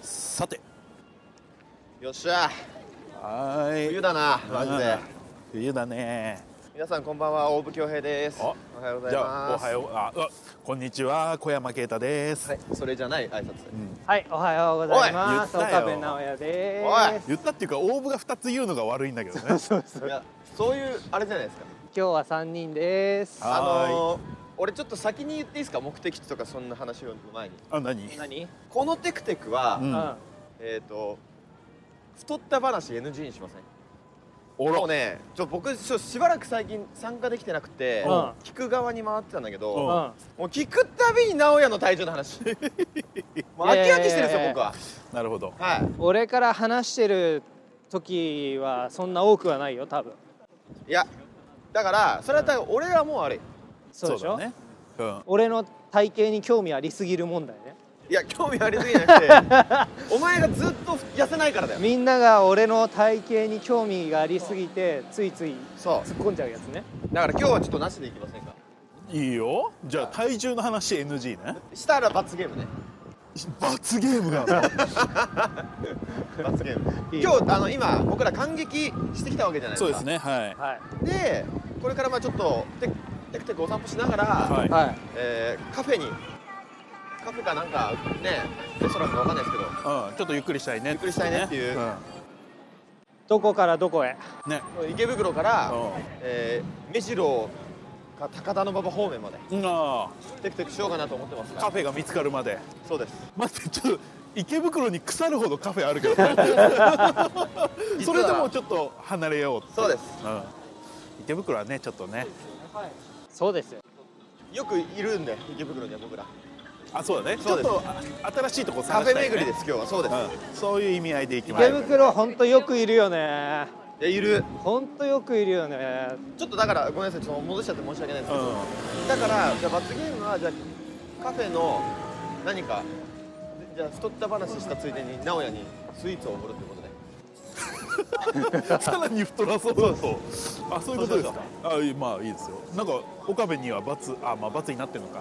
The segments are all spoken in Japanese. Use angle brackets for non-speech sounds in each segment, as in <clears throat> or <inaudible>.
さてよっしゃはーい冬だなマジでうん冬だね皆さんこんばんは大部恭平ですあおはようござじいゃあまおすはようあうわこんにちは小山慶太です、はいそれじゃない挨拶はい、おはようございます。おい言ったよ岡部直也でおいす。言ったっていうか応募が2つ言うのが悪いんだけど <laughs> ねいやそういうあれじゃないですか今日は三人です。はーいあのー俺ちょっと先に言っていいですか目的地とかそんな話を前にあ何何？このテクテクは、うんうん。あえっ、と太った話 NG にしませんおもうろねちょ僕ちょしばらく最近参加できてなくて、うん聞く側に回ってたんだけど、うんうん。もう聞くたびに直哉の体重の <laughs> 話もう飽き飽きしてるんですよ僕はなるほどはい俺から話してる時はそんな多くはないよ、多分。いやだからそれは多分俺らも悪いそうでしだょ？ねうん俺の体型に興味ありすぎる問題ね。いや興味ありすぎじゃなくてお前がずっと痩せないからだよみんなが俺の体型に興味がありすぎてついついそ突っ込んじゃうやつね。うだから今日はちょっとなしでいきませんかいいよじゃあ体重の話 NG ねしたら罰ゲームね罰ゲームなの <laughs> 罰ゲームいい今日あの今僕ら感激してきたわけじゃないですそうかですねはいはでこれからまあちょっとテクテクテクお散歩しながら、はいいはえーカフェにカフェかなんかねレストランかわかんないですけどうん、ちょっとゆっくりしたいねゆっくりしたいねっていうい。どこからどこへ？ね池袋から、うんえー目白か高田馬場方面までうんあテクテクしようかなと思ってますーがカフェが見つかるまでそうです待ってちょっと池袋に腐るほどカフェあるけど <laughs> ねそれでもちょっと離れようってそうですうん、池袋はねちょっとねそうですよ。よくいるんで池袋には僕らあそうだねそうですちょっとあ新しいとこカ探フしェたい、ね、巡りです今日はそうです、いうん、そういう意味合いでいきま池す袋本当よくいるよね。やいる本当よくいるよね。ちょっとだからごめんなさいちょっと戻しちゃって申し訳ないんですうけど、んだからじゃあ罰ゲームはじゃあカフェの何かじゃあ太った話したついでに直哉にスイーツをおごるってことで <laughs> さらに太らそうだとあそういうことですかそうあいいまあいいですよなんか岡部には罰あまあ罰になってるのか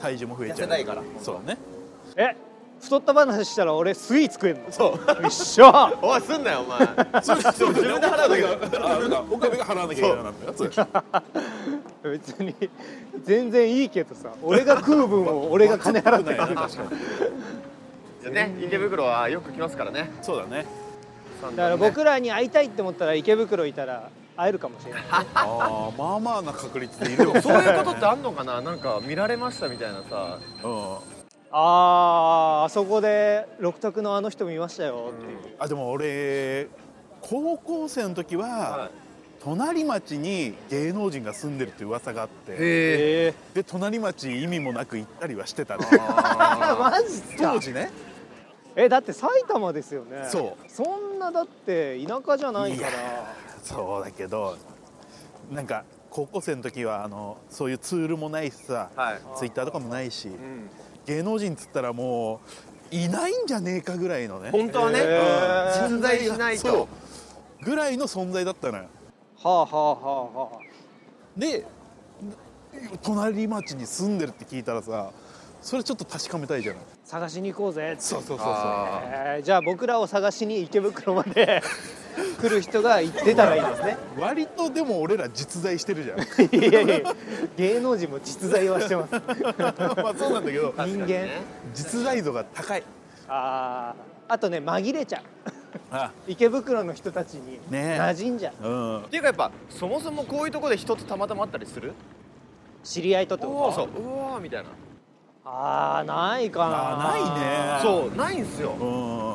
体重も増えちゃう痩せないからそうだ <laughs> ねえ太った話したら俺スイーツ食えんのそう一緒おいすんなよお前そうだそう自分で払わなきゃうだ岡部が払わなきゃいけないなんだよそうだ別に全然いいけどさ俺が食う分を俺が金払ってくよるね確か <laughs> にじゃあね池袋はよく来ますからねそうだねだだから僕らに会いたいって思ったら池袋いたら会えるかもしれないあーまあまあな確率でいるよそういうことってあんのかななんか見られましたみたいなさうんあーあそこで六卓のあの人見ましたよっていう、あでも俺高校生の時は、はい隣町に芸能人が住んでるって噂があってへええで隣町意味もなく行ったりはしてたねー、マジっすか当時ねえだって埼玉ですよねそうそんなだって田舎じゃないからいそうだけどなんか高校生の時はあのそういうツールもないしさ、はいツイッターとかもないしうん芸能人っつったらもういないんじゃねえかぐらいのね本当はねへー存在しないそうとぐらいの存在だったのよはあはあはあはあで隣町に住んでるって聞いたらさそれちょっと確かめたいじゃない探しに行こうぜってそうそうそうあえーじゃあ僕らを探しに池袋まで <laughs> 来る人が出たらいいでそう割とでも俺ら実在してるじゃん <laughs> すねいやいやいや芸能人も実在はしてますまあそうなんだけど確かにね実在度が高いあーあとね紛れちゃうあ池袋の人たちにねえ馴染んじゃう、うんっていうかやっぱそもそもこういうとこで人とたまたま会ったりする知り合いとってことそううわーみたいなああないかなあーないねそうないんすようん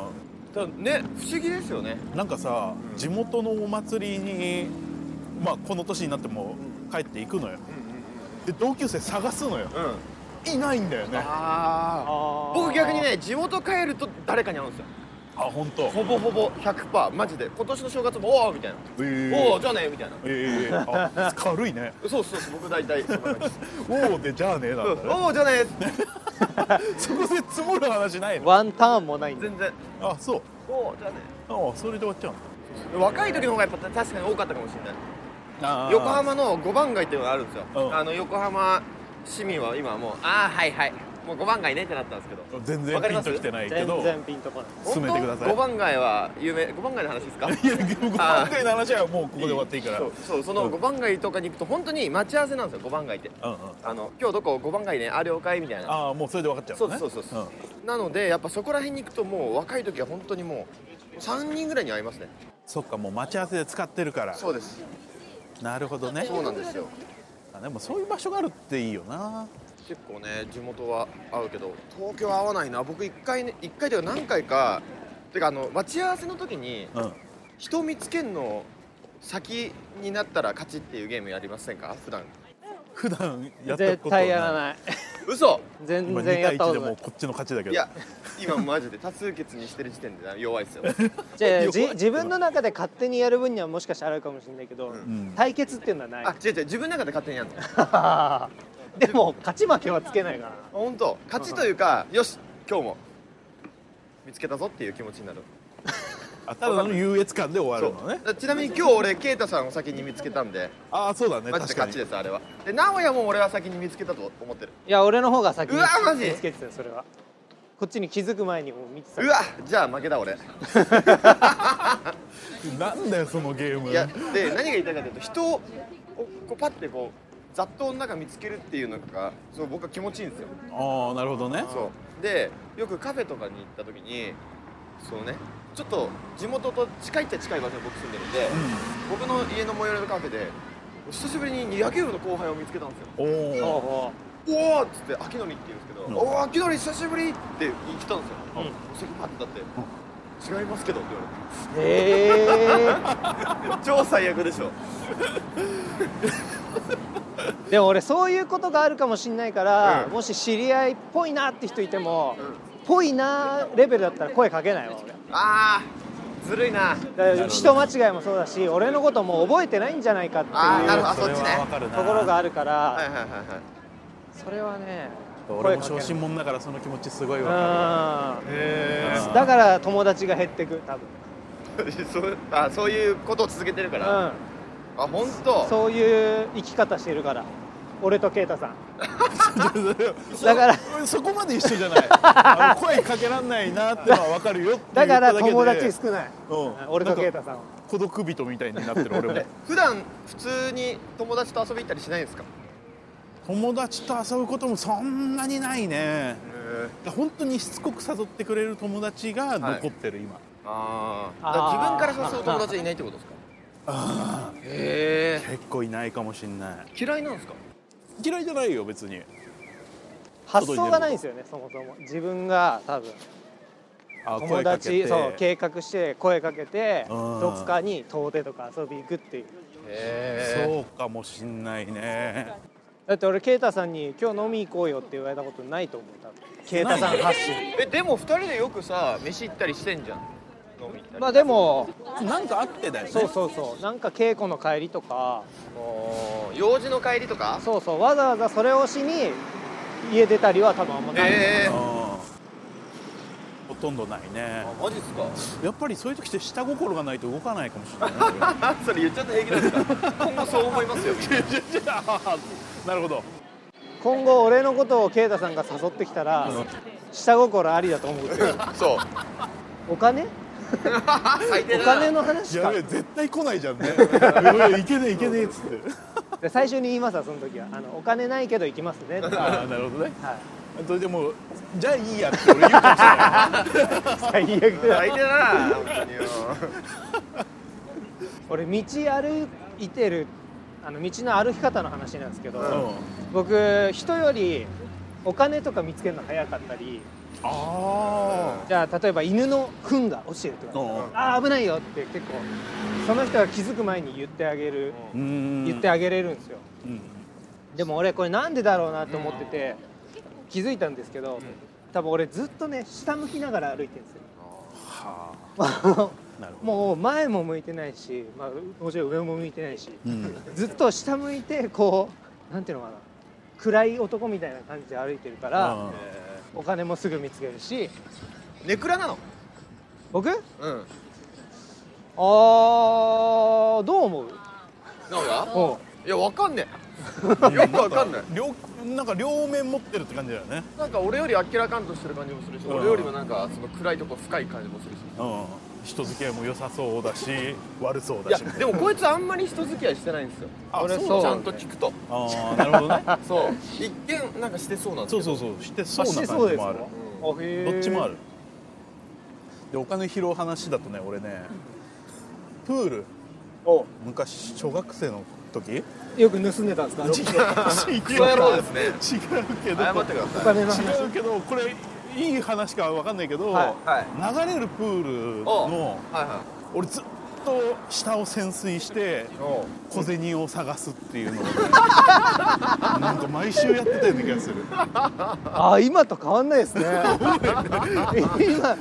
だからね不思議ですよねなんかさ、地元のお祭りにまあこの年になっても帰っていくのよ、で同級生探すのようんいないんだよねああああー僕逆にね地元帰ると誰かに会うんですよ本当。ほぼほぼ100%マジで今年の正月もおおみたいなえーおおじゃあねみたいなえーあ軽いねそうそうそう僕大体そん <laughs> な感じおおでじゃあねなん <laughs> だねおおじゃあねそこで積もる話ないのワンターンもないんだ全然あそうおおじゃあねあそれで終わっちゃう若い時の方がやっぱ確かに多かったかもしれないあ横浜の五番街っていうのがあるんですよ、うんあの横浜市民は今もうああはいはいもう5番街ねってなったんですけど全然わかりピまンすときてないけ全ど然ピンとこない進めてください5番街は有名5番街の話で <laughs> すかいや5番街の話はもうここで終わっていいからそうそうそのうん5番街とかに行くと本当に待ち合わせなんですよ5番街ってうんうんあの今日どこ5番街ねあ了解みたいなああもうそれで分かっちゃうのねそうそうそうそんなのでやっぱそこら辺に行くともう若い時は本当にもう3人ぐらいに会いますねそっかもう待ち合わせで使ってるからそうですなるほどねそうなんですよあでもそういう場所があるっていいよな結構ね地元は会うけど東京は会わないな僕一回ね一回というか何回かてかあの待ち合わせの時にうん人見つけんの先になったら勝ちっていうゲームやりませんか普段普段やった絶こと対やらいない嘘全今2然や対った1こでとなもういこっちの勝ちだけどいや今マジで多数決にしてる時点でな弱いですよじゃあ弱いじ自分の中で勝手にやる分にはもしかしたらあるかもしれないけど、ん対決っていうのはないあ違う違う自分の中で勝手にやるのあでも勝ち負けはつけないから本当勝ちというかよし今日も見つけたぞっていう気持ちになるあただの優越感で終わるのねそうちなみに今日俺啓太さんを先に見つけたんでああそうだねマジ確でか勝にちですあれはで名古屋も俺は先に見つけたと思ってるいや俺の方が先にうわマジ見つけてたよそれはこっちに気づく前にもう見てたうわじゃあ負けだ俺なんだよそのゲームいやで何が言いたいかというと人をこうこうパッてこう雑踏の中見つけるっていうのがそう僕は気持ちいいんですよああなるほどねそうでよくカフェとかに行った時にそうねちょっと地元と近いっちゃ近い場所に僕住んでるんで、僕の家の最寄りのカフェで久しぶりに野球部の後輩を見つけたんですよおほおうほおおっつって秋のりって言うんですけど「うんおお秋のり久しぶり!」って言ってたんですよ、うんお席パッて立って「違いますけど」ってうへえ言われて超最悪でしょでも俺そういうことがあるかもしれないから、うんもし知り合いっぽいなって人いても、ぽいなレベルだったら声かけないわ俺あーずるいなだから人間違いもそうだし俺のこともう覚えてないんじゃないかっていあーなるうほどあそっちねれはわかるなところがあるから、はいはいはいはいそれはね俺も声小かけ心ない者だからその気持ちすごいうんわかへーだから友達が減ってく多分、えそうあそういうことを続けてるかうら、ん、あ本当そういう生き方してるから俺と啓太さんるだからそ <laughs> そこまで一緒じゃないあの声かけらんないなってのはわかるよって言だったからだけで友達少ない、うん俺と啓な太んかさんは孤独人みたいになってる俺も普段普通に友達と遊び行ったりしないんですか友達と遊ぶこともそんなにないね本当にしつこく誘ってくれる友達が残ってる今、あああー自分から誘う友達はいないってことですかへ結構いないかもしんないえ嫌いなんですか嫌いじゃないよ別に発想がないんですよねそもそも自分が多分あ友達そう計画して声かけてうんどっかに遠出とか遊び行くっていうへそうかもしんないねだって俺啓太さんに「今日飲み行こうよ」って言われたことないと思う多分啓太さん発信えでも2人でよくさ飯行ったりしてんじゃん飲み行ったりまあでもなんかあってだよねそうそうそうなんか稽古の帰りとかおー用事の帰りとかそうそうわざわざそれをしに家出たりは多分あんまない、ええー、うんほとんどないねあマジっ <laughs> すやっぱりそういう時って下心がないと動かないかもしれないねかそれ言っちゃって平気なんですか <laughs> 今後そう思いますよみんな <laughs> なるほど今後俺のことを啓太さんが誘ってきたら下心ありだと思うけ <laughs> どそうお金最低おだな金の話やかべえ絶対来ないじゃん <laughs> ねやべえいけねえいけねえっつってで最初に言いますわその時はあの「お金ないけど行きます <laughs> ね」ってああなるほどねはいそれでもうじゃあいいやって俺言うかもしれない最悪だ最低だな本当によ俺道歩いてるあの道の歩き方の話なんですけど、うん僕人よりお金とか見つけるの早かったりあじゃあ例えば犬の糞が落ちてるとあうか、んああ危ないよって結構その人が気づく前に言ってあげる、うん言ってあげれるんですようんでも俺これなんでだろうなと思ってて、気づいたんですけど、多分俺ずっとね下向きながら歩いてるんですよは <laughs> あなるほどもう前も向いてないし、まあ、もちろん上も向いてないし、うんずっと下向いてこうなんていうのかな暗い男みたいな感じで歩いてるから、うんお金もすぐ見つけるしネクラなの僕あうんーどう思うなんかおういやわかんねえよくわかんない両なんか両面持ってるって感じだよねなんか俺より明らかんとしてる感じもするし、うん俺よりもなんかその暗いとこ深い感じもするしうん人付き合いも良さそうだし悪そういだやしみたいなでもこいつあんまり人付き合いしてないんですよあ俺そうそうちゃんと聞くとああなるほどねそう一見なんかしてそうなんですそうけそどううそうしてそあうしてなそ感うじですもあかるあへーどっちもあるでお金拾う話だとね俺ねプールお昔小学生の時よく盗んでたんですか違うクソ野郎ですね違うけど謝ってくだおさい金の話違うけどこれいい話かわかんないけど、ははい流れるプールおのはいは俺ずっと下を潜水していお小銭を探すっていうのをねなんか毎週やってたような気がするあ今と変わんないですね今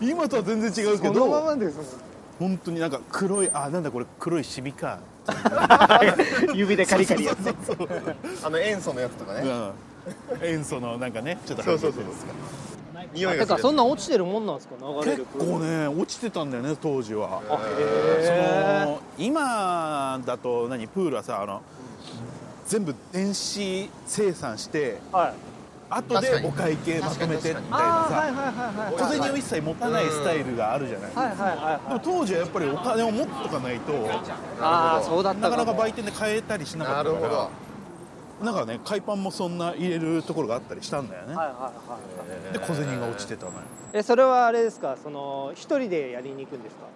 今とは全然違うけこのまどまですもん本当になんか黒いあなんだこれ黒いシミか指でカリカリやってあの塩素のやつとかねうん塩素のなんかねちょっとそうそうそう匂いがだすからるそんな落ちてるもんなんですか流れ結るプール構ね落ちてたんだよね当時はそあへの今だと何プールはさあの全部電子生産してえはい後で確かにお会計まとめてみたいな確あーはいさはいはいはい小銭を一切持たないスタイルがあるじゃないではいはいはいはもい当時はやっぱりお金を持っとかないとああそうだったなかなかも売店で買えたりしなかなっるたほかどらなんかね海パンもそんな入れるところがあったりしたんだよねはいはいはいはいで小銭が落ちてたのよえそれはあれですかその一人でやりに行くんですか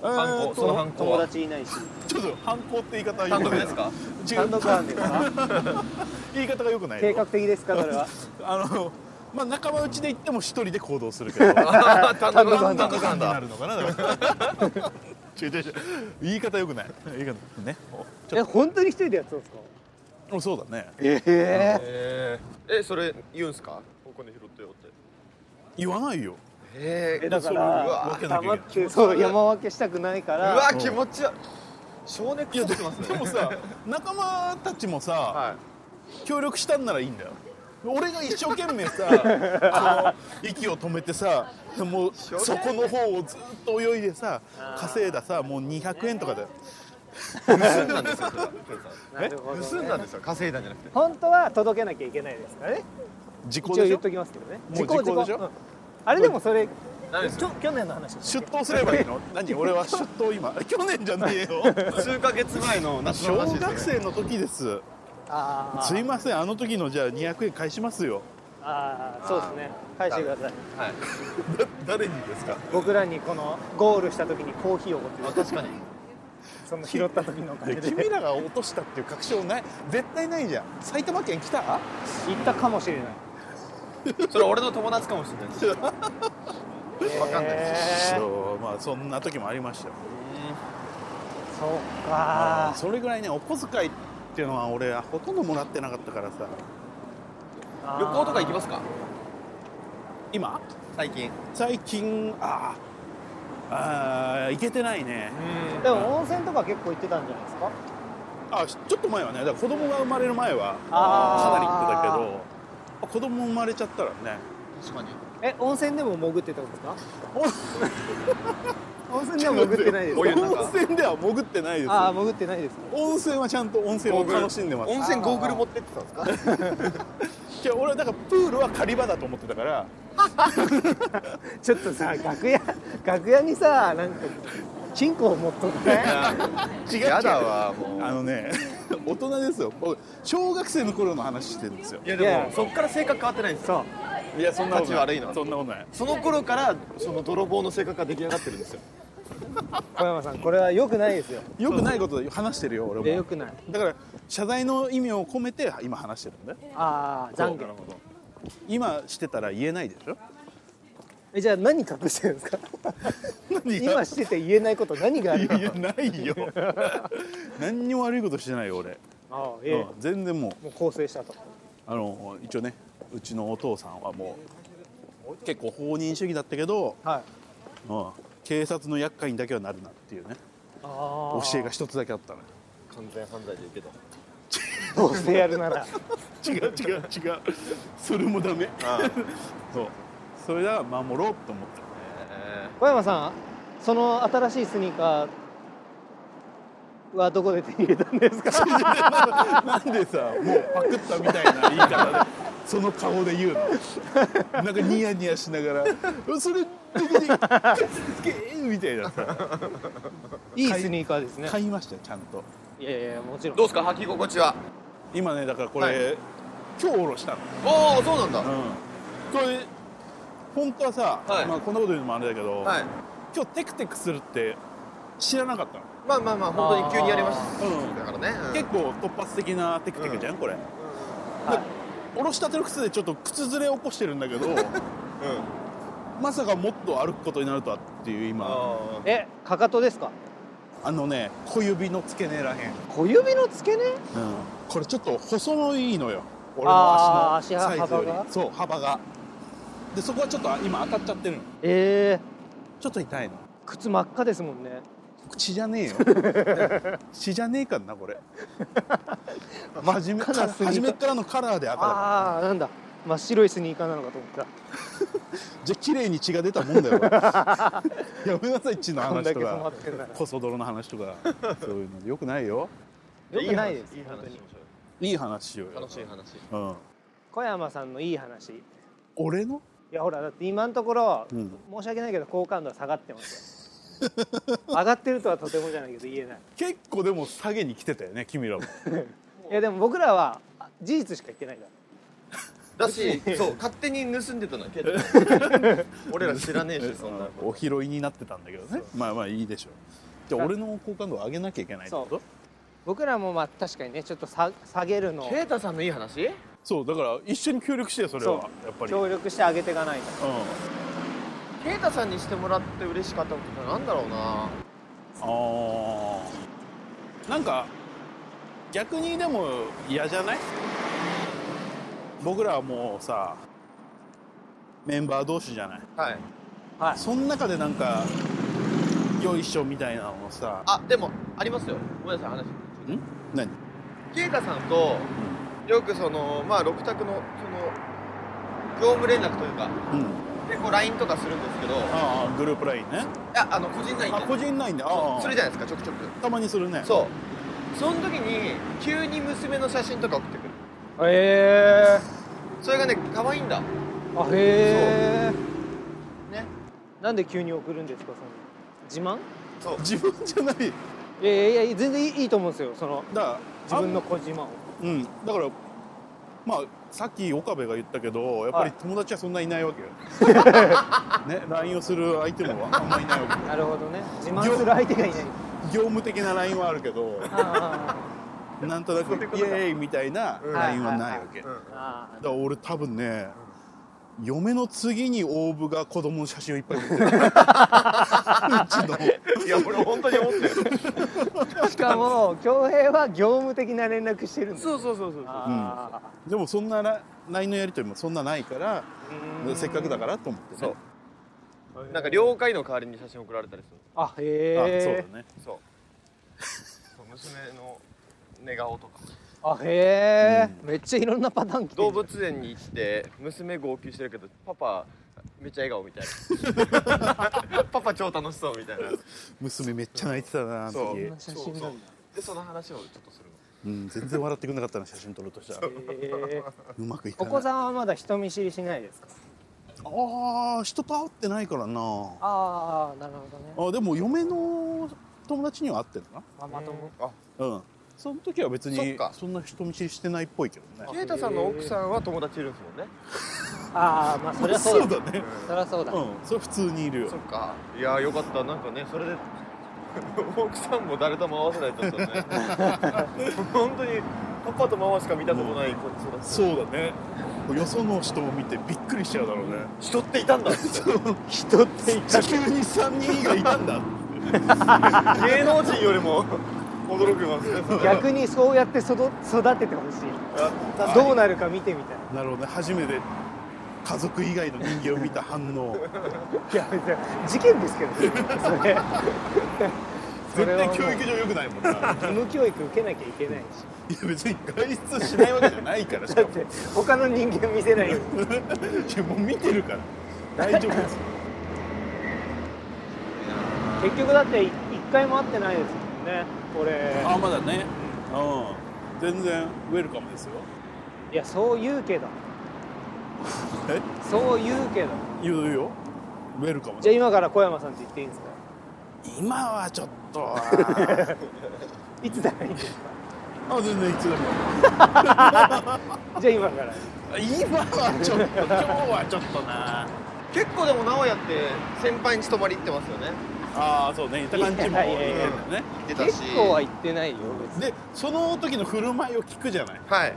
反え抗ーその反抗友は達いないしちょっと反抗って言い方は単良独くないですか違単う独なんですか言い方が良くない計よ画的ですかそれはあのまあ仲間内で行っても一人で行動するけど <laughs> あ <laughs> ー単独単な独んなだん <laughs> だ単独なんになだるのかなだ <laughs> から違う違う違う言い方良くない言い方ねおちえょっ本当に一人でやってたんですかとおそうだねえええーえそれ言うんすかここで拾ったよって言わないよええだかうらわ分けな溜きまゃっいけてそう山分けしたくないかうらわ気持ちよ少年くさってますでねもさ仲間たちもさは協力したんならいいんだよ俺が一生懸命 <laughs> さその息を止めてさもう生そこの方をずっと泳いでさ稼いださもう200円とかだよい盗んだんですよそれはプーさんなるほどね盗んだんですよ稼いだんじゃなくて本当は届けなきゃいけないですからね時効一応でし言っょときますけどねもう時効でしょうんあれでもそれ何ですきょ去年の話です出頭すればいいの何俺は出頭今 <laughs> 去年じゃねえよ数ヶ月前の夏小の話ですよね学生の時です <laughs> ああすいませんあの時のじゃあ200円返しますよああそうですね返してくださいはい誰にですか僕らにこのゴールした時にコーヒーをおごってください確かにその拾った時のおかげで君らが落としたっていう確証ない絶対ないじゃん埼玉県来た行ったかもしれないそれ俺の友達かもしれないですわかんないですへーそうまあそんな時もありましたよそうかそれぐらいねお小遣いっていうのは俺はほとんどもらってなかったからさ旅行とか行きますか今最近最近あーあー行けてないねすでも温泉とか結構行ってたんじゃないですかあちょっと前はねだから子供が生まれる前はかなり行ってたあけどあ子供生まれちゃったらね確かにけどえ温泉でも潜ってたんですか温 <laughs> 温泉では潜ってないですこういうなん <laughs> か温泉では潜ってないですああ潜ってないですね温泉はちゃんと温泉を楽しんでます温泉ゴーグル持ってってたんですかいや俺はだからプールは狩り場だと思ってたからちょっとさ楽屋 <laughs> 楽屋にさなんか金庫を持っとって違うやだわもうあのね <laughs> 大人ですよ僕小学生の頃の話してるんですよいやいやでもそっから性格変わってないんですよそういやそんなこと立ち悪いなそんなことないその頃からその泥棒の性格が出来上がってるんですよ小山さんこれは良くないですよよくないことで話してるよ俺いや良もくないだから謝罪の意味を込めて今話してるんでああ懺悔今してたら言えないでしょえじゃあ何隠してるんですか何が今してて言えないこと何があるいのやないよ <laughs> 何にも悪いことしてないよ俺、ああええうん全然もうもう構成したとあの一応ねうちのお父さんはもう結構放任主義だったけど、はいうん、警察の厄介にだけはなるなっていうねあ教えがし一つだけあったのよ完全犯罪で受けたどうせやるなら <laughs> 違う違う違うそれもダメ <laughs> そうそれだから守ろうと思ってえ小山さんその新しいスニーカーはどこで手に入れたんですかなんでさもうパクったみたいな言い方でその顔で言うのなんかニヤニヤしながらそれ的に <laughs> すげえみたいなさいいスニーカーですね買いましたよちゃんといやいやいやもちろんどうですか履き心地は今ねだからこれ、はい今日おろしたの、おおそうなんだ、はこれ本当はさ、はいまあ、こんなこと言うのもあれだけど、い今日テクテクするって知らなかったのまあまあまあ本当に急にやりましたあーうんだからね、うん結構突発的なテクテクじゃん、これはいおろしたての靴でちょっと靴ずれ起こしてるんだけ <laughs> どうんまさかもっと歩くことになるとはっていう今あえかかとですかあのね小指の付け根らへん、小指の付け根これちょっと細いのよ俺のあー足のサイズより足幅がそう幅がでそこはちょっと今当たっちゃってるのえちょっと痛いのー、靴真っ赤ですもんね血じゃ <laughs> ねえよ血じゃねえかんなこれ初めから真っ赤なスニーカー初めからのカラーで赤だからああなんだ真っ白いスニーカーなのかと思ったじゃあ綺麗に血が出たもんだ <laughs> よこれやめなさい血のこんだ話とけ染まかってんならこそ泥の話とかそういうのよくないよーよくないですいい話本当にいい話しようよ楽しい話うん、小山さんのいい話い俺の、やほらだって今のところ、うん申し訳ないけど好感度は下がってますよ <laughs> 上がってるとはとてもじゃないけど言えない結構でも下げに来てたよね君らもいやでも僕らはあ事実しか言ってないからだしそう勝手に盗んでたのけど <laughs> 俺ら知らねえしそんなうお拾いになってたんだけどねまあまあいいでしょうじゃあ俺の好感度を上げなきゃいけないってこと僕らもまあ確かにねちょっと下下げるのをケイタさんのいい話そうだから一緒に協力してよそれはそうやっぱり、うん、協力して上げていかないとケイタさんにしてもらって嬉しかったことってなんだろうなああなんか逆にでも嫌じゃない僕らはもうさメンバー同士じゃないはいはいその中でなんかよいしょみたいなのをさあでもありますよごめんなさい話ん何ケイタさんとよくそのまあ六択のその業務連絡というかうん結構 LINE とかするんですけどいああグループラインねやあの個人 LINE あ個人ラインであそうあするじゃないですかちょくちょくたまにするねそうその時に急に娘の写真とか送ってくるへえそれがね可愛いんだあへえねなんで急に送るんですかその自慢そう自分じゃないいやいやいや全然いいいいと思うんですよそのだから自分の小自慢をあんうんだからまあさっき岡部が言ったけどやっぱりはい友達はそんないないわけよ、 <laughs> ね LINE をする相手もあんまいないわけよなるほどね自慢する相手がいない業務的な LINE はあるけどあなんとなくそういうこイエとかーイみたいなうん LINE はないわけ、うんーあだから俺多分ね嫁の次に応募が子供の写真をいっぱい撮って <laughs> るうちいや俺本当に思って <laughs> るーしかも恭平は業務的な連絡してるんですそうそうそうそうあのでもそんなラ LINE のやり取りもそんなないからーせっかくだからと思って、ね、そうなんか了解の代わりに写真送られたりするあへあそうえだねそうそう娘の寝顔とかあへえ、うめっちゃいろんなパターン来て動る物園に行って娘号泣してるけどパパめっちゃ笑顔みたいな <laughs> パパ超楽しそうみたいな娘めっちゃ泣いてたなあのそう時こんな写真なんだでその話をちょっとするうん、全然笑ってくれなかったな写真撮ろうとしたらうへえまくいかおない子さんはまだ人見知りしないですかああ人と会ってないからなああなるほどねあでも嫁の友達には会ってるなママ友のうんその時は別そっにかそんな人見知りしてないっぽいけどあね啓太さんの奥さんは友達いるんですもんねああまあそりゃそうだだねそりゃそうだ、うんそれ普通にいるよそっかいやーよかったなんかねそれで <laughs> 奥さんも誰とも合わせないとったね <laughs> 本当にパパとママしか見たことないこっちだそうだねよその人を見てびっくりしちゃうだろうね人っていたん <laughs> だ人って地球に3人がいたんだ芸能人よりも驚きますねそれ逆にそうやってそど育ててほしいあどうなるか見てみたいなるほどね初めて家族以外の人間を見た反応 <laughs> いや別に事件ですけどねそれそ絶れ対はもう教育上良くないもんな義務教育受けなきゃいけないしいや別に外出しないわけじゃないからしかだっ <laughs> もて他の人間見せ <laughs> ないようにいやもう見てるから大丈夫ですよ結局だって一回も会ってないですもんね俺あまだねうん全然ウェルカムですよいやそう言うけどえそう言うけど言うよウェルカムじゃあ今から小山さんって言っていいんですか今はちょっと <laughs> はいつだらいいんですかあ全然いつでもじゃあ今から今はちょっと今日はちょっとな結構でも直哉って先輩に泊まり行ってますよねああそうねいた感じもいやいやいやね行ってたし結構は言ってないよ別にでその時の振る舞いを聞くじゃないはい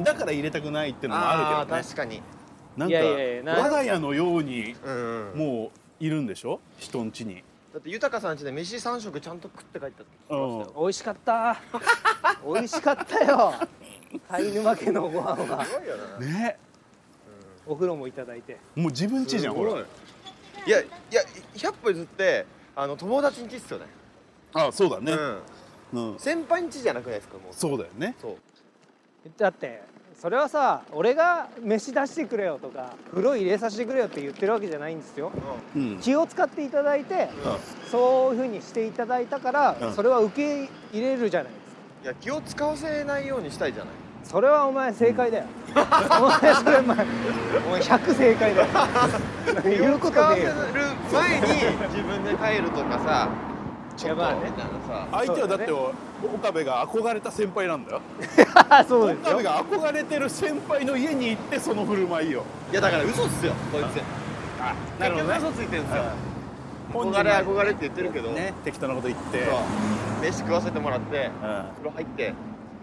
だから入れたくないってのもあるけどあーね確かになんいかやいやいやな我が家のようにうんうん、もういるんでしょ人ん家にだって豊さん家で飯3食ちゃんと食って帰ったって聞きましたよ美味しかった <laughs> 美味しかったよ貝沼家のご飯はすごいよな、ねお風呂もいただいてもう自分家じゃんすごほらいいやいや100歩譲ってあの友達ん家っすよねあそうだねうん、うん先輩ん家じゃなくないですかもうそうだよねそうだってそれはさ俺が飯出してくれよとか風呂入れさせてくれよって言ってるわけじゃないんですようん気を使っていただいてそういうふうにしていただいたから、うんそれは受け入れるじゃないですかいや気を使わせないようにしたいじゃないそれはお前正解だよ、お前それお前お前100正解だよ言うこ気を使とわねせえるよ前に自分で帰るとかさちょっといやまあね <laughs> みたいなさ相手はだってそ岡部が憧れた先輩なんだよそうで岡すよ部が憧れてる先輩の家に行ってその振る舞いをいやだから嘘っすよこいつあ結局嘘ついてるんですよ本憧人れが憧れって言ってるけど、ね適当なこと言ってそう飯食わせてもらってうん風呂入って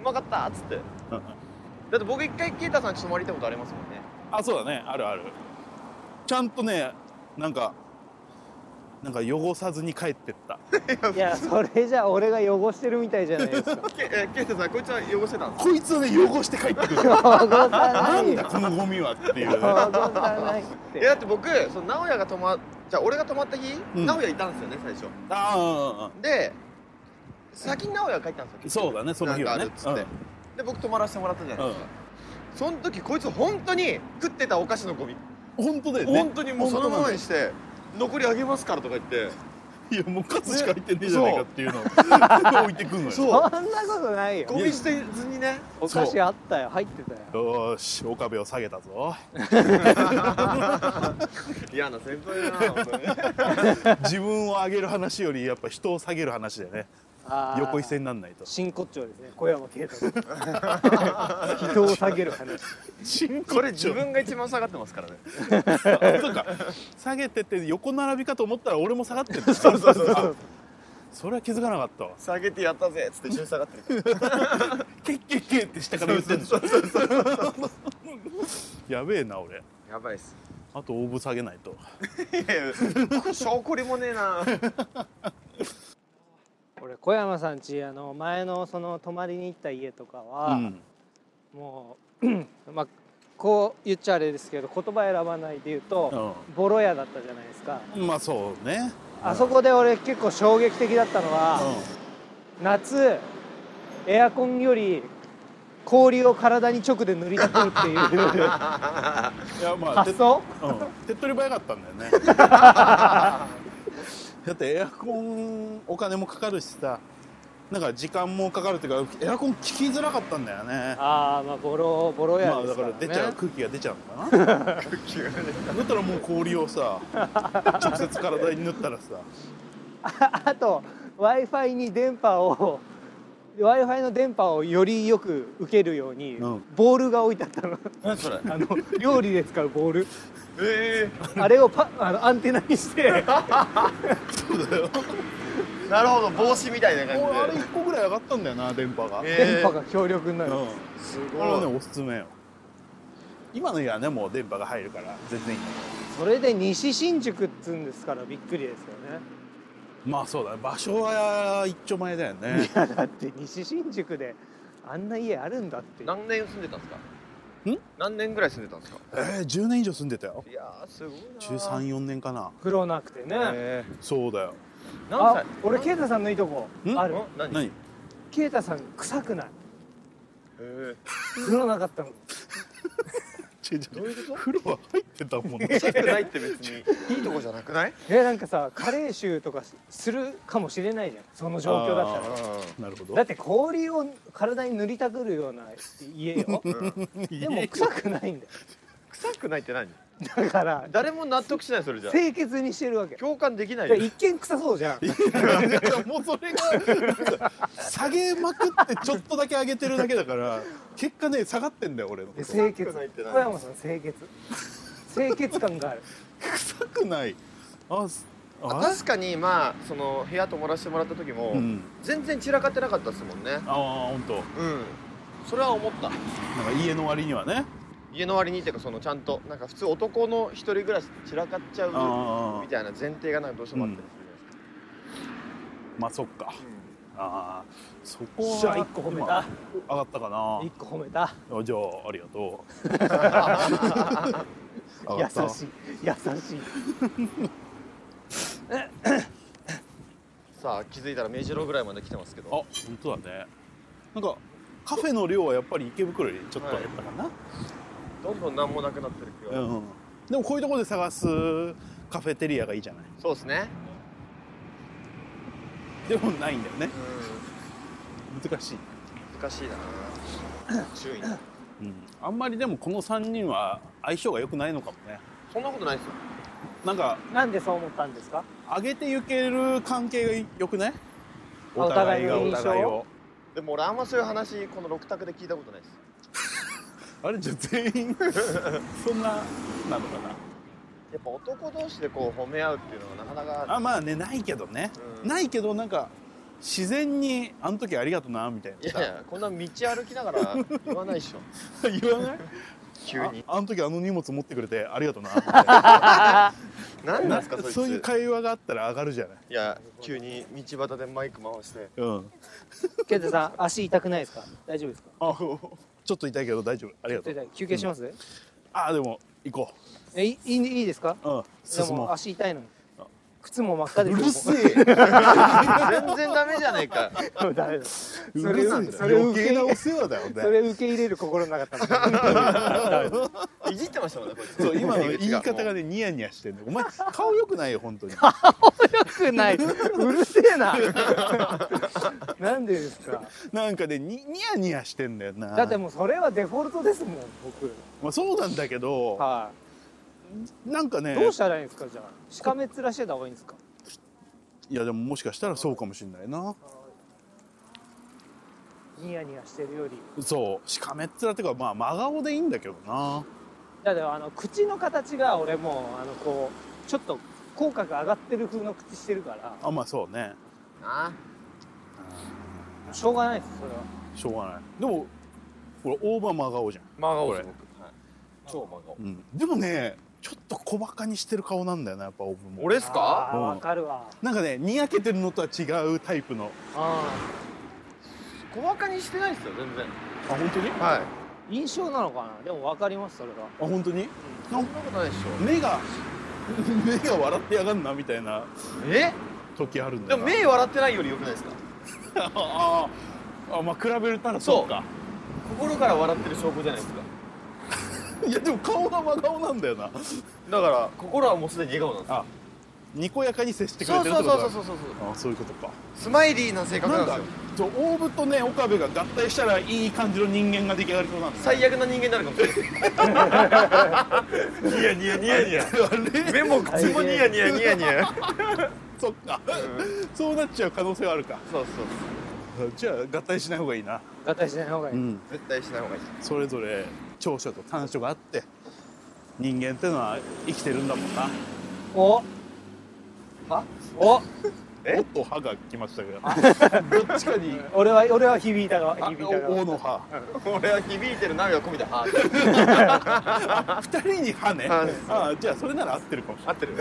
うまかったっつってうんだって僕一回ケイタさんち泊まり行ったことありますもんねあそうだねあるあるちゃんとねなんかなんか汚さずに帰ってったいやそれじゃ俺が汚してるみたいじゃないですかケえケイタさんこいつは汚してたん <laughs> ですかこいつはね汚して帰ってくる汚さな <laughs> ないんだこのゴミは <laughs> っていうね汚さないっていやだって僕その直哉が泊まじゃあ俺が泊まった日、うん直哉いたんですよね最初ああで先に直哉が帰ったんですよ結局そうだねその日はねなんかあるっつって、で僕泊まらせてもらったじゃないですか、その時こいつ本当に食ってたお菓子のゴミ、本当だよね本当にもうそのままにして残りあげますからとか言って <laughs> いやもうカツしか入ってねえじゃないかっていうのを <laughs> 置いてくんのよそうそんなことないよゴミ捨てずにねお菓子あったよ入ってたよよーし岡部を下げたぞ嫌な先輩だな本当に自分を上げる話よりやっぱ人を下げる話でねあー横一線になんない <laughs> と真骨頂ですね小山慶太 <laughs> 郎人を下げる話 <laughs> これ自分が一番下がってますから <laughs> ねそうか下げてて横並びかと思ったら俺も下がってる <laughs> そうそうそうそうそれは気づかなかったわ下げてやったぜっつって一緒に下がってる <laughs> ケッケッケッって下から言ってんでしょやべえな俺やばいっすあとオーブ下げないといやいや証拠りもねえな俺小山さんちあの前のその泊まりに行った家とかは、うんもう <clears throat> まあこう言っちゃあれですけど言葉選ばないで言うと、ボロ屋だったじゃないですか、まあそうねあそこで俺結構衝撃的だったのは、夏エアコンより氷を体に直で塗りたくるっていういやまあ <laughs> 発想うん手っ取り早かったんだよね <laughs> だってエアコンお金もかかるしさなんか時間もかかるっていうかエアコン効きづらかったんだよねああまあボロボロま屋あでだすかからら、ね、出ちゃう空気が出ちゃうのかな <laughs> だったらもう氷をさ <laughs> 直接体に塗ったらさ <laughs> ああと w i f i に電波を w i f i の電波をよりよく受けるように、うんボールが置いて <laughs> あったの何それあの料理で使うボール <laughs> えあれをパあのアンテナにしてそうだよえなるほど帽子みたいな俺あ感れじ1個ぐらい上がったんだよな電波が、で電波がが強力になる、うんすこれはねごいおすすめよ今の家はねもう電波が入るから全然いいんだけそれで西新宿っつうんですからびっくりですよねどまあそうだね場所は一丁前だよねいやだって西新宿であんな家あるんだって何年住んでたんですかん何年ぐらい住んでたんですか <laughs> えー、10年以上住んでたよいやーすごいな134年かな風呂なくてね、えそうだよー何あ歳俺啓太さんのいいとこんあんる何何啓太さん臭くないえ風呂なかったの違う違どういうこ風呂は入ってたもん <laughs> とね臭くないって別に <laughs> いいとこじゃなくないえなんかさ加齢臭とかしするかもしれないじゃんその状況だったならるほどだって氷を体に塗りたくるような家よでも臭くないんだよ臭くないって何だから誰も納得しないそれじゃ清潔にしてるわけ共感できないでよ一見臭そうじゃんもうそれが下げまくってちょっとだけ上げてるだけだから結果ね下がってんだよ俺ので清潔臭くないって何小山さん清潔清潔感があ <laughs> る臭くないあすあ確かにまあその部屋泊まらせてもらった時も、うん全然散らかってなかったですもんねああ本当うんそれは思ったなんか家の割にはね家の割にっていうかそのちゃんとなんか普通男の一人暮らしって散らかっちゃうあみたいな前提がなんかどうしてもあったりあまあそっかするじゃああそこないですはじゃあ一個褒めた今上がったかな一個褒めたあじゃあありがと <laughs> う優上がっしい優しいかさあ気づいたら目白ぐらいまで来てますけたあど本当だねなんかカフェの量はやっぱり池袋よりちょっと減ったかな、どんどん何もなくなってる気が、うんでもこういうところで探すカフェテリアがいいじゃないそうですねでもないんだよねう難しい、ん難しいな注意なうん、あんまりでもこの3人は相性が良くないのかもねそんなことないですよなんかなんでそう思ったんですか上げてゆける関係が良くないあお互いのお互いをでも俺あんまそういう話この6択で聞いたことないですあれじゃあ全員 <laughs> そんななのかやっぱ男同士でこう褒め合うっていうのはなかなかなあまあねないけどね、うんないけどなんか自然に「あの時ありがとな」みたいいやいやこんな道歩きながら言わない <laughs> でしょな言わない急にああの時あの荷物持ってくれてありがとなみたいな <laughs> 何なんですかそいつそういう会話があったら上がるじゃないいや急に道端でマイク回 <laughs> してうんケンタさん足痛くないですか大丈夫ですかあちょっと痛いけど大丈夫ありがとう休憩します、あでも行こえいいいいいですかううんで進もも足痛いのに靴も真っ赤うでうすよるせもえ全然ダメじゃないかうダメうだそれるさいそれ余受計けなお世話だよねそれ受け入れる心なかったもんいじってましたもんねこいつそう今の言い方がねねニヤニヤしてんのお前顔良くないよ本当に良くないうるせえななんでですかなんかねにニヤニヤしてんだよなだってもうそれはデフォルトですもん僕まあ、そうなんだけどはなんかい、ねどうしたらいいんですかじゃあしかめ面してた方がいいんですかいやでももしかしたらそうかもしれないなニヤニヤしてるよりそうしかめっ面ってかまあ真顔でいいんだけどなだってあの口の形が俺もうあのこうちょっと口角上がってる風の口してるからあまあそうねあしょうがないですそれはしょうがないでもこれオーバー真顔じゃん真顔ですこ僕はい超真顔うん、でもねちょっと小バカにしてる顔なんだよなやっぱオーブンも俺っすかあーうんわかるわなんかねにやけてるのとは違うタイプのあ小バカにしてないですよ全然あ本当にあはいー印象なのかなでもわかりますそれは本当にそんなことないでし目が <laughs> 目が笑ってやがんなみたいなょえ時あるんだでよもな目笑ってないより良くないですかあああまあ比べるたらそうか心から笑ってる証拠じゃないですかいやでも顔が真顔なんだよなだから心はもうすでに笑顔なんですあにこやかに接してくそれうてるっそてうこそとだうそうそうそうあそういうことかスマイリーな性格ななんんですかよそう大部とね岡部が合体したらいい感じの人間が出来上がりそうなんだよ最悪な人間になるかもしれないニヤニヤ <laughs> ニヤあニれヤ目も口もニヤニヤニヤニヤ <laughs> そっか、そうなっちゃう可能性はあるかそうそうじゃあ合体しない方がいいな、合体しない方がいい、ん、絶対しない方がいいそれぞれ長所と短所があって人間ってのは生きてるんだもんなおはおえおっと歯が来ましたけどどっちかに俺は俺は響いたがあ響いたがおおの歯俺は響いてる涙込みではーって二人に歯ね歯ですあじゃあそれなら合ってるかもしれ合ってる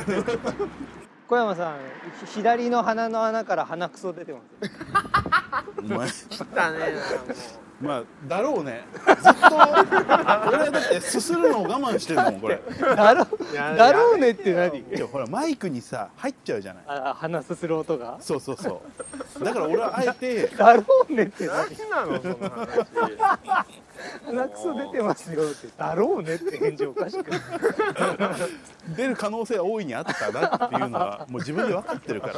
小山さんひ左の鼻の穴から鼻くそ出てますないお前だねもうまあだろうねずっと俺だってすするのを我慢してるもんこれ <laughs> だろいやだろうねってやめ何ていやほらマイクにさ入っちゃうじゃないあ鼻すする音がそうそうそうだから俺はあえてだろうねって何何なのその話鼻くそ出てますよってだろうねって返事おかしく <laughs> ない出る可能性は大いにあったなっていうのはもう自分で分かってるから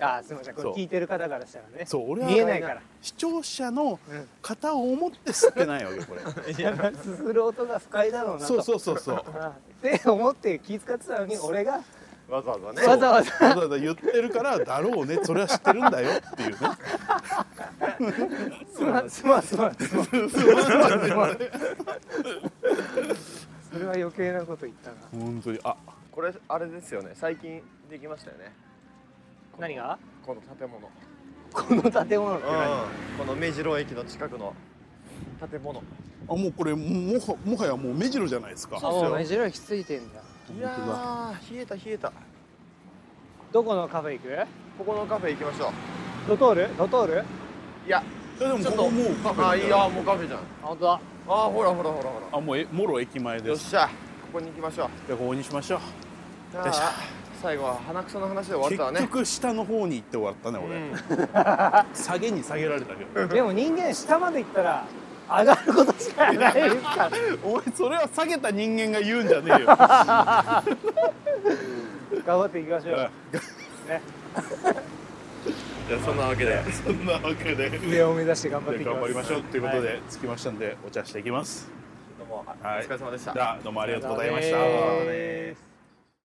あーすいませんこれそう聞いてる方からしたらねそう俺は見えないから視聴者のうん方を思って吸ってないわけよこれ <laughs> 鼻すする音が不快だろうなとそうそうそうそうあーって思って気遣ってたのに俺がわざわざねわざわざわざわざ言ってるからだろうねそれは知ってるんだよっていうねすまんすまんすまんすまんすまんすまんそれは余計なこと言ったな本当にあこれあれですよね最近できましたよね何がこの建物この建物って何この目白駅の近くの建物あもうこれもはもはやもう目白じゃないですかそうっすよあもう目白駅ついてんだい本当だやー冷えた冷えたどこのカフェ行くここのカフェ行きましょうドトールドトールいやいやでもちょっことこもうカフェあだいよやもうカフェじゃんあ本当だあーほらほらほらほあもうえもろ駅前らよでっすしゃここに行きましょうじゃあここにしましょうじゃよっしゃあ最後は鼻くその話で終わったわね結局下の方に行って終わったね俺、うん下げに下げられたけどでも人間下まで行ったら上がることしかないですからお前それは下げた人間が言うんじゃ <laughs> ねえよ頑張っていきましょうねじゃあそんなわけでそんなわけで上を目指して頑張っていきます頑張りましょうということで、は着きましたんでお茶していきますどうもおはい疲れ様でしたじゃあどうもありがとうございましありがとうございましたた